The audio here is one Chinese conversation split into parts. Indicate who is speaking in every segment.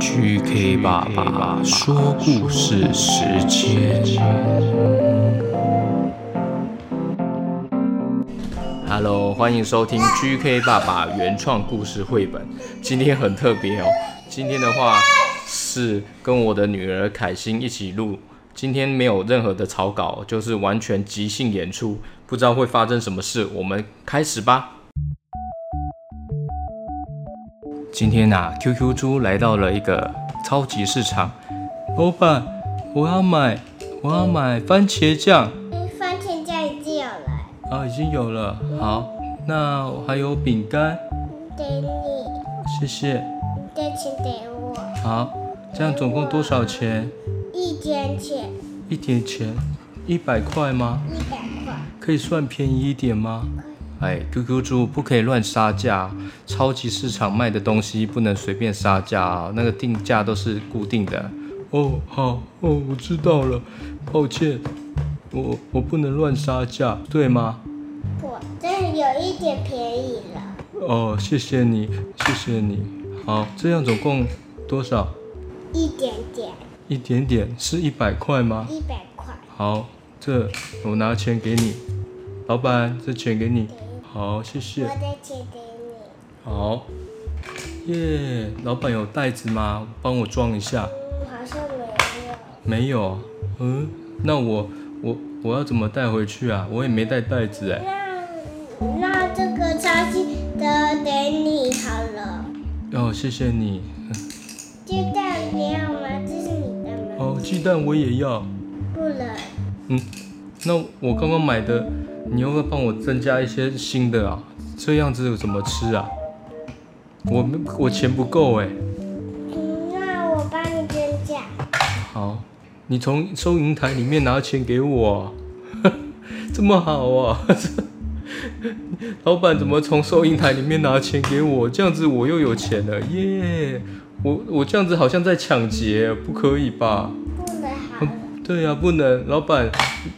Speaker 1: GK 爸爸说故事时间。Hello，欢迎收听 GK 爸爸原创故事绘本。今天很特别哦，今天的话是跟我的女儿凯欣一起录。今天没有任何的草稿，就是完全即兴演出，不知道会发生什么事。我们开始吧。今天啊，QQ 猪来到了一个超级市场，老板，我要买，我要买番茄酱
Speaker 2: 番茄酱已经有了，
Speaker 1: 啊，已经有了。好，那还有饼干，
Speaker 2: 给你，
Speaker 1: 谢谢。
Speaker 2: 再钱给我
Speaker 1: 好，这样总共多少钱？
Speaker 2: 一千钱，
Speaker 1: 一点钱，一百块吗？
Speaker 2: 一百块，
Speaker 1: 可以算便宜一点吗？哎，QQ 猪不可以乱杀价，超级市场卖的东西不能随便杀价啊，那个定价都是固定的。哦，好，哦，我知道了，抱歉，我我不能乱杀价，对吗？
Speaker 2: 不，但是有一点便宜了，
Speaker 1: 哦，谢谢你，谢谢你。好，这样总共多少？
Speaker 2: 一点点，
Speaker 1: 一点点，是一百块吗？
Speaker 2: 一百块，
Speaker 1: 好，这我拿钱给你，老板，这钱给你。好，谢谢。
Speaker 2: 我再钱给你，
Speaker 1: 好，耶！老板有袋子吗？帮我装一下。
Speaker 2: 嗯，好像没有，
Speaker 1: 没有。嗯，那我我我要怎么带回去啊？我也没带袋子哎。
Speaker 2: 那那这个超市的给你好了，
Speaker 1: 哦，谢谢你。
Speaker 2: 鸡蛋你要吗？这是你的吗？
Speaker 1: 哦，鸡蛋我也要。
Speaker 2: 不能，
Speaker 1: 嗯，那我刚刚买的，你要不要帮我增加一些新的啊？这样子怎么吃啊？我没我钱不够哎。
Speaker 2: 嗯，那我帮你增加，
Speaker 1: 好，你从收银台里面拿钱给我， 这么好啊！ 老板怎么从收银台里面拿钱给我？这样子我又有钱了耶！我我这样子好像在抢劫，不可以吧？
Speaker 2: 不能好了，
Speaker 1: 对呀、不能，老板，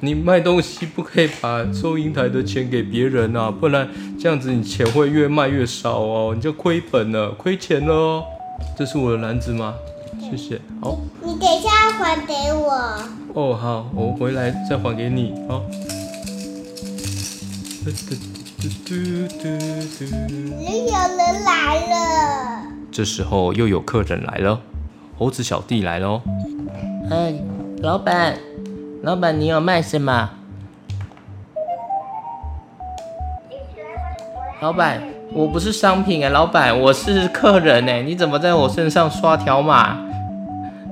Speaker 1: 你卖东西不可以把收银台的钱给别人啊，不然这样子你钱会越卖越少哦，你就亏本了，亏钱了哦。这是我的篮子吗？谢谢。好、
Speaker 2: 你你等一下还给我。
Speaker 1: 哦，好，我回来再还给你。好。嘟嘟嘟嘟嘟
Speaker 2: 有人来了，
Speaker 1: 这时候又有客人来了，猴子小弟来了哦。
Speaker 3: 哎，老板，老板，你有卖什么？老板，我不是商品哎，老板，我是客人哎，你怎么在我身上刷条码？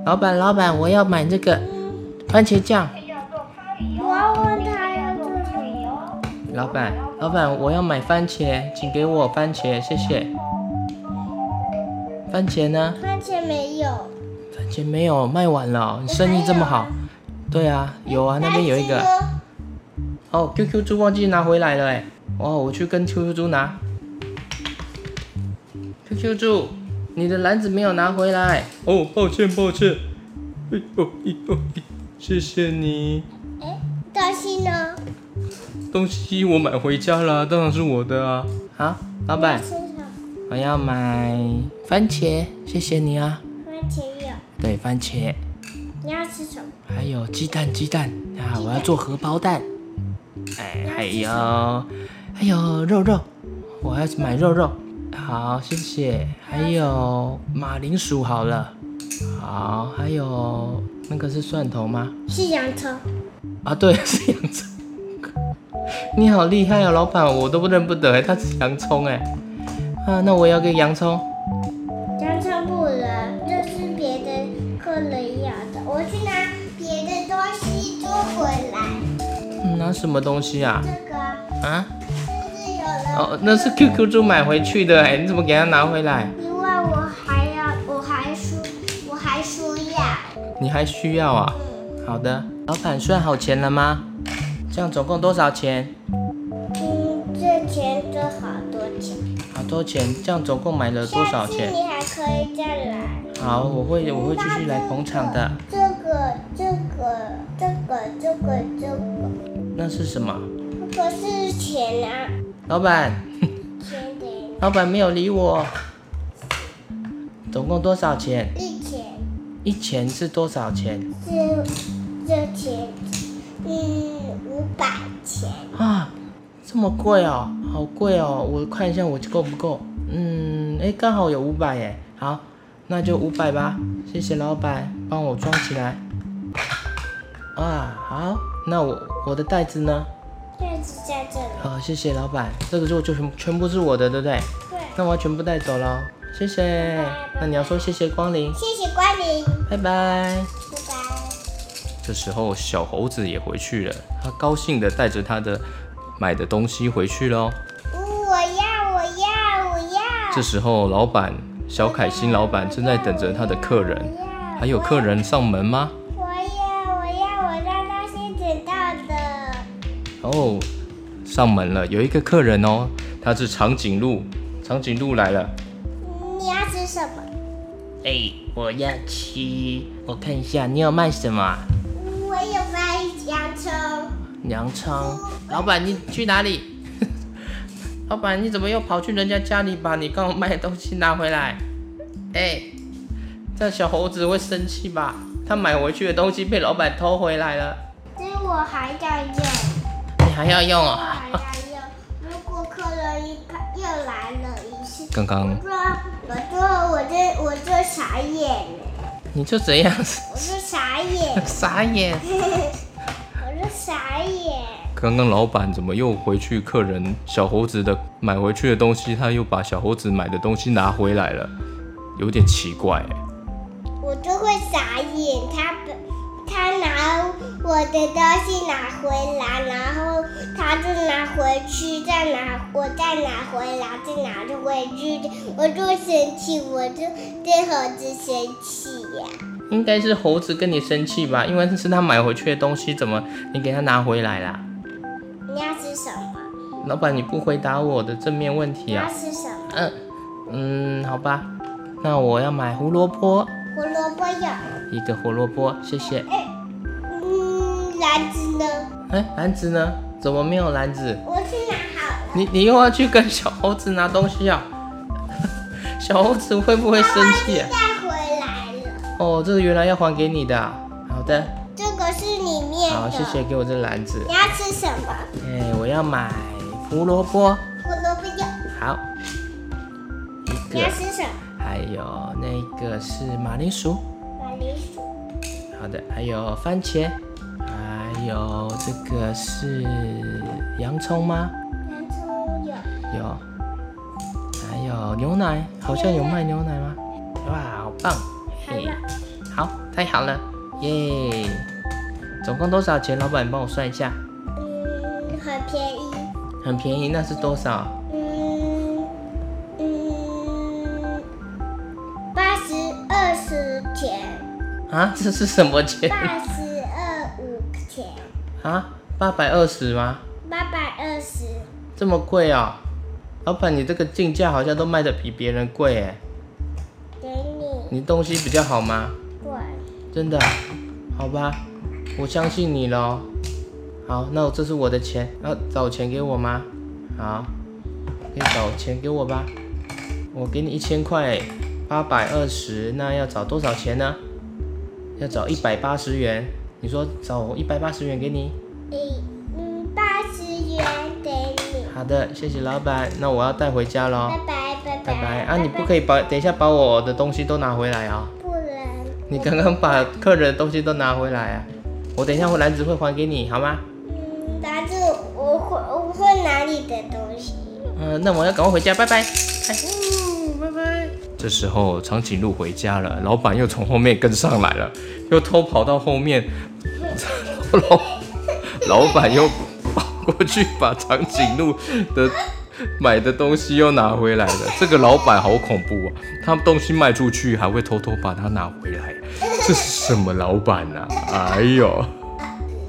Speaker 3: 老板，老板，我要买这个番茄酱。
Speaker 2: 我要问他要做什么。
Speaker 3: 老板，老板，我要买番茄，请给我番茄，谢谢。番茄呢？
Speaker 2: 番茄没有，
Speaker 3: 番茄没有，卖完了哦，你生意这么好？对啊，有啊，那边有一个。哦，QQ 猪忘记拿回来了哎，哦，我去跟 QQ 猪拿。QQ 猪，你的篮子没有拿回来，
Speaker 1: 哦，抱歉，抱歉。哎呦，哎呦，哎谢谢你。
Speaker 2: 哎，东西呢？
Speaker 1: 东西我买回家啦，当然是我的啊。
Speaker 3: 好，老板，
Speaker 2: 身上
Speaker 3: 我要买番茄，谢谢你啊。
Speaker 2: 番茄有，
Speaker 3: 对，番茄，
Speaker 2: 你要吃什么？
Speaker 3: 还有鸡蛋，鸡蛋啊，我要做荷包蛋。哎，还有，还有肉肉，我要买肉肉。好，谢谢。还有马铃薯好了。好，还有那个是蒜头吗？
Speaker 2: 是洋葱。
Speaker 3: 啊，对，是洋葱。你好厉害哦，老板，我都不认不得哎，它是洋葱哎。啊，那我要个洋葱。
Speaker 2: 洋葱不能，这是别的客人要的。我去拿别的东西做回来。
Speaker 3: 嗯拿什么东西啊？
Speaker 2: 这个
Speaker 3: 啊？
Speaker 2: 就是有人，
Speaker 3: 哦，那是 QQ 猪买回去的哎，你怎么给它拿回来？
Speaker 2: 因为我还要，我还输，我还输呀。
Speaker 3: 你还需要啊？
Speaker 2: 嗯
Speaker 3: 好的，老板算好钱了吗？这样总共多少钱？
Speaker 2: 嗯，这钱赚好多钱。
Speaker 3: 好多钱，这样总共买了多
Speaker 2: 下
Speaker 3: 少
Speaker 2: 次
Speaker 3: 钱？
Speaker 2: 你还可以再来。
Speaker 3: 好，我会我会继续来捧场的。
Speaker 2: 这个、这个、这个、这个、这个，
Speaker 3: 那是什么？
Speaker 2: 这个是钱啊，
Speaker 3: 老板，
Speaker 2: 钱给你
Speaker 3: 老板没有理我。总共多少钱？
Speaker 2: 一千
Speaker 3: 一钱是多少钱
Speaker 2: 这这钱，嗯，五百钱，
Speaker 3: 啊？这么贵哦，好贵哦！我看一下我够不够。嗯，哎，刚好有五百耶。好，那就五百吧。谢谢老板，帮我装起来。啊，好，那我我的袋子呢？
Speaker 2: 袋子在这里。
Speaker 3: 好，谢谢老板，这个就就全全部是我的，对不对？
Speaker 2: 对，
Speaker 3: 那我要全部带走喽，谢谢。那你要说谢谢光临，
Speaker 2: 谢谢光临，拜
Speaker 3: 拜拜。
Speaker 2: 拜。
Speaker 1: 这时候，小猴子也回去了，他高兴地带着他的买的东西回去喽。
Speaker 2: 我要，我要，我要。
Speaker 1: 这时候，老板小凯欣老板正在等着他的客人，还有客人上门吗？
Speaker 2: 我要，我要，我让他先捡到的。
Speaker 1: 哦，上门了，有一个客人哦，他是长颈鹿，长颈鹿来了，
Speaker 2: 你要吃什么？
Speaker 3: 哎、我要吃，我看一下你有卖什么啊？
Speaker 2: 我有卖洋葱。
Speaker 3: 粮仓。老板，你去哪里？ 老板，你怎么又跑去人家家里把你刚我卖的东西拿回来？哎、这小猴子会生气吧？他买回去的东西被老板偷回来了，
Speaker 2: 这我还要用，
Speaker 3: 你还要用
Speaker 2: 我
Speaker 3: 哦？
Speaker 2: 还要用。如果客人一看又来了一次，
Speaker 1: 刚刚
Speaker 2: 我说，我说，我这我这傻眼了，
Speaker 3: 你就这样，
Speaker 2: 我这傻眼
Speaker 3: 傻眼。
Speaker 2: 我这傻眼。
Speaker 1: 刚刚老板怎么又回去客人小猴子的买回去的东西，他又把小猴子买的东西拿回来了，有点奇怪哎。
Speaker 2: 我就会傻眼，他不他拿我的东西拿回来，然后他就拿回去，再拿我再拿回来，再拿就回去，我就会生气，我就对猴子生气呀、
Speaker 3: 应该是猴子跟你生气吧，因为这是他买回去的东西，怎么你给他拿回来啦？
Speaker 2: 你要吃什么？
Speaker 3: 老板，你不回答我的正面问
Speaker 2: 你
Speaker 3: 题
Speaker 2: 要
Speaker 3: 啊？
Speaker 2: 吃什么？
Speaker 3: 嗯嗯，好吧，那我要买胡萝卜，
Speaker 2: 胡萝卜有。
Speaker 3: 一个胡萝卜，谢谢。
Speaker 2: 嗯，篮子呢？
Speaker 3: 哎，篮子呢？怎么没有篮子？
Speaker 2: 我去拿好了。
Speaker 3: 你你又要去跟小猴子拿东西啊？ 小猴子会不会生气啊？
Speaker 2: 带回来了，
Speaker 3: 哦，这个原来要还给你的啊、好的，
Speaker 2: 这个是里面的。
Speaker 3: 好，谢谢。给我这篮子。
Speaker 2: 你要吃什么？
Speaker 3: 哎，我要买胡萝卜。
Speaker 2: 胡萝卜有。
Speaker 3: 好，一
Speaker 2: 你要
Speaker 3: 个，
Speaker 2: 吃什么？
Speaker 3: 还有那个是马铃薯，
Speaker 2: 马铃薯，
Speaker 3: 好的，还有番茄，还有这个是洋葱吗？
Speaker 2: 洋葱有，
Speaker 3: 有，还有牛奶，好像有卖牛奶吗？哇，好棒！
Speaker 2: 好
Speaker 3: 嘿
Speaker 2: 了，
Speaker 3: 好，太好了，耶！总共多少钱？老板帮我算一下，
Speaker 2: 嗯，很便宜，
Speaker 3: 很便宜，那是多少？
Speaker 2: 嗯嗯，八十二十钱，
Speaker 3: 啊， 这是什么钱
Speaker 2: 八十二五钱，
Speaker 3: 啊？八百二十吗？
Speaker 2: 八百二十，
Speaker 3: 这么贵哦！老板，你这个进价好像都卖的比别人贵哎，
Speaker 2: 给你
Speaker 3: 你东西比较好吗？
Speaker 2: 对，
Speaker 3: 真的？好吧，我相信你喽。好，那我这是我的钱，要找钱给我吗？好，可以找钱给我吧。我给你一千块，八百二十，那要找多少钱呢？要找一百八十元。你说找我一百八十元给你？
Speaker 2: 一嗯八十元给你，
Speaker 3: 好的，谢谢老板。那我要带回家喽
Speaker 2: 拜。拜拜拜
Speaker 3: 拜拜啊！你不
Speaker 2: 以，
Speaker 3: 可以把等一下把我的东西都拿回来啊、
Speaker 2: 不然
Speaker 3: 你刚刚把客人的东西都拿回来啊！我等一下我篮子会还给你，好吗？
Speaker 2: 嗯，拿住我会我会拿你的东西，
Speaker 3: 嗯、那我要赶快回家，拜拜。哎呜拜拜。
Speaker 1: 这时候长颈鹿回家了，老板又从后面跟上来了，又偷跑到后面， 老老板又跑过去把长颈鹿的买的东西又拿回来了。这个老板好恐怖啊！他东西卖出去还会偷偷把它拿回来，这是什么老板啊？哎呦，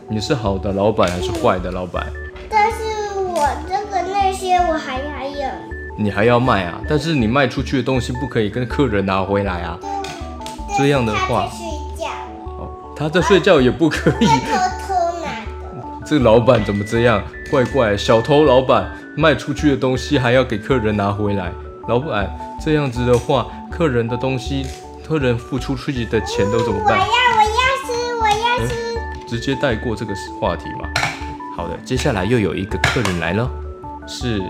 Speaker 1: 你是好的老板还是坏的老板？
Speaker 2: 但是我这个那些我还要有。
Speaker 1: 你还要卖啊？但是你卖出去的东西不可以跟客人拿回来啊！这样的话
Speaker 2: 他在睡觉，
Speaker 1: 哦，他在睡觉也不可 以。
Speaker 2: 会偷偷拿的。
Speaker 1: 这个老板怎么这样？怪怪，小偷老板卖出去的东西还要给客人拿回来，老板这样子的话，客人的东西客人付出去的钱都怎么
Speaker 2: 我要
Speaker 1: 办？
Speaker 2: 我要吃我要
Speaker 1: 哎
Speaker 2: 吃。
Speaker 1: 直接带过这个话题嘛。好的，接下来又有一个客人来了，是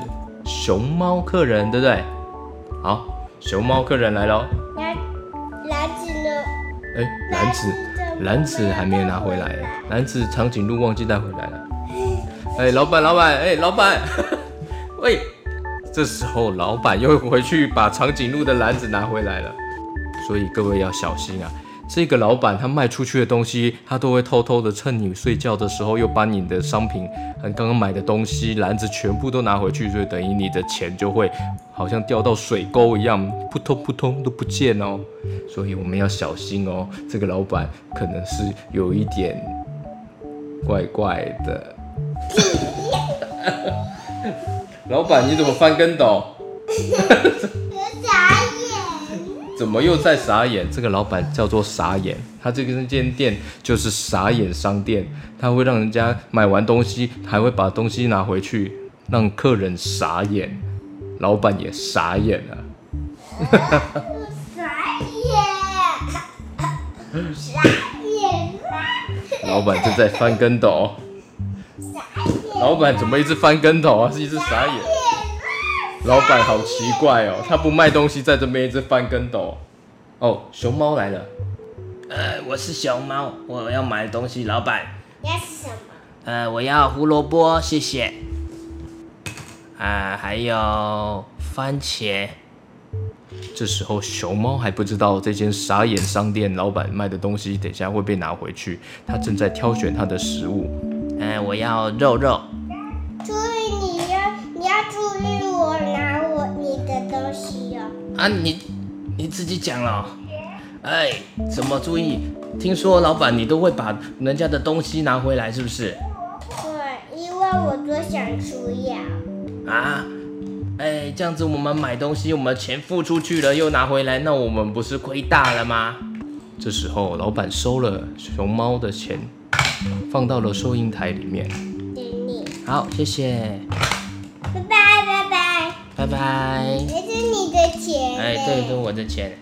Speaker 1: 熊猫客人，对不对？好，熊猫客人来了，
Speaker 2: 篮篮子呢？
Speaker 1: 哎，篮子，篮子还没有拿回来，篮子长颈鹿忘记带回来了。哎，老板，老板，哎，老板， 喂，这时候老板又回去把长颈鹿的篮子拿回来了，所以各位要小心啊。这个老板他卖出去的东西，他都会偷偷的趁你睡觉的时候，又把你的商品和刚刚买的东西篮子全部都拿回去，所以等于你的钱就会好像掉到水沟一样，扑通扑通都不见哦。所以我们要小心哦，这个老板可能是有一点怪怪的。 老板，你怎么翻跟斗？
Speaker 2: 有眨眼。
Speaker 1: 怎么又在傻眼？这个老板叫做傻眼，他这个间店就是傻眼商店，他会让人家买完东西，还会把东西拿回去，让客人傻眼，老板也傻眼啊了。
Speaker 2: 眨眼，眨眼啦！
Speaker 1: 老板正在翻跟斗，哦
Speaker 2: 眨眼，
Speaker 1: 老板怎么一直翻跟头啊？是一直傻眼。老板好奇怪哦，他不卖东西，在这边一直翻跟斗。哦，熊猫来了，
Speaker 3: 呃，我是熊猫，我要买东西，老板。
Speaker 2: 你要吃什么？
Speaker 3: 呃，我要胡萝卜，谢谢。啊，还有番茄。
Speaker 1: 这时候熊猫还不知道这间傻眼商店老板卖的东西等一下会被拿回去，他正在挑选他的食物。
Speaker 3: 嗯、我要肉肉。
Speaker 2: 注意你要你要注意我拿我你的东西哦。
Speaker 3: 啊，你你自己讲了。哎，怎么注意？听说老板你都会把人家的东西拿回来，是不是？
Speaker 2: 对，因为我多想吃药。
Speaker 3: 啊，哎，这样子我们买东西，我们钱付出去了又拿回来，那我们不是亏大了吗？
Speaker 1: 这时候老板收了熊猫的钱，放到了收银台里面。
Speaker 2: 给你，
Speaker 3: 好，谢谢，
Speaker 2: 拜拜拜拜，
Speaker 3: 拜拜。
Speaker 2: 这是你的钱。
Speaker 3: 哎，对，这是我的钱。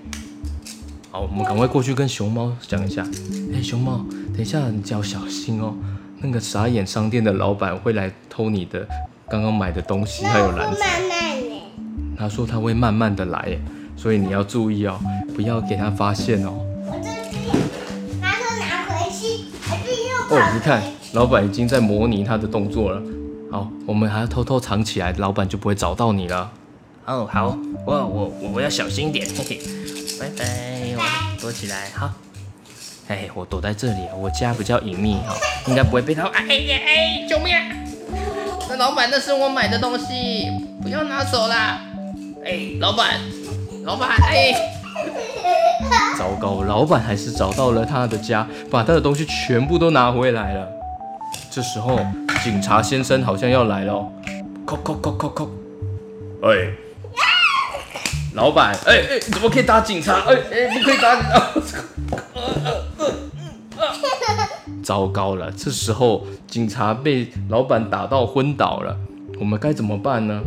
Speaker 1: 好，我们赶快过去跟熊猫讲一下。哎，熊猫，等一下你要小心哦，那个傻眼商店的老板会来偷你的刚刚买的东西，还
Speaker 2: 那
Speaker 1: 有
Speaker 2: 我
Speaker 1: 篮
Speaker 2: 不
Speaker 1: 子。
Speaker 2: 慢慢呢。
Speaker 1: 他说他会慢慢的来，所以你要注意哦，不要给他发现哦。
Speaker 2: 我这是拿着拿回去，我这又跑
Speaker 1: 哦，你
Speaker 2: 回
Speaker 1: 看
Speaker 2: 去。，
Speaker 1: 老板已经在模拟他的动作了。好，我们还要偷偷藏起来，老板就不会找到你了。
Speaker 3: 哦，好，我我我我要小心点，嘿嘿，拜拜，我躲起来，好。
Speaker 1: 哎，我躲在这里，我家比较隐秘哈、
Speaker 3: 应该不会被偷。哎呀哎，救命、啊！那老板，那是我买的东西，不要拿走啦！哎，老板，老板，哎，
Speaker 1: 糟糕，老板还是找到了他的家，把他的东西全部都拿回来了。这时候，警察先生好像要来了哦。
Speaker 3: 扣扣扣扣扣！
Speaker 1: 哎，老板，哎哎，怎么可以打警察？哎哎，不可以打警
Speaker 3: 哦
Speaker 1: 察！糟糕了，这时候警察被老板打到昏倒了，我们该怎么办呢？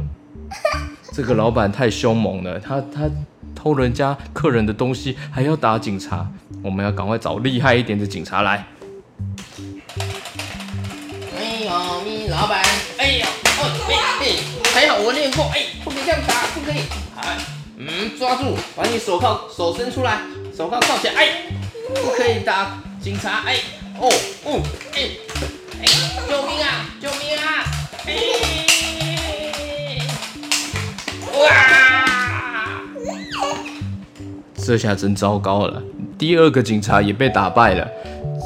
Speaker 1: 这个老板太凶猛了，他他偷人家客人的东西还要打警察，我们要赶快找厉害一点的警察来。
Speaker 3: 哎呦，咪老板，哎呦，哦，哎哎，还好我练过，哎，不可以这样打，不可以。哎，嗯，抓住，把你手铐手伸出来，手铐铐起来，哎，不可以打警察，哎，哦哦，哎哎，救命啊，救命啊！哎，哇！
Speaker 1: 这下真糟糕了，第二个警察也被打败了。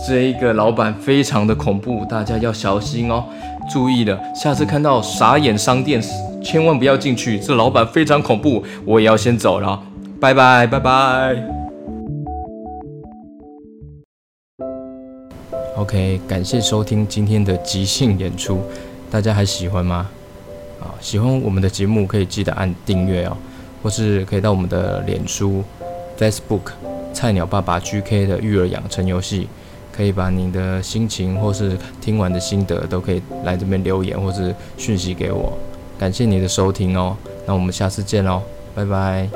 Speaker 1: 这一个老板非常的恐怖，大家要小心哦，注意了，下次看到傻眼商店千万不要进去，这老板非常恐怖，我也要先走了，拜拜拜拜。OK，感谢收听今天的即兴演出，大家还喜欢吗？啊，喜欢我们的节目可以记得按订阅哦，或是可以到我们的脸书 Facebook 菜鸟爸爸 GK 的育儿养成游戏，可以把你的心情或是听完的心得都可以来这边留言或是讯息给我。感谢你的收听哦，那我们下次见喽，拜拜。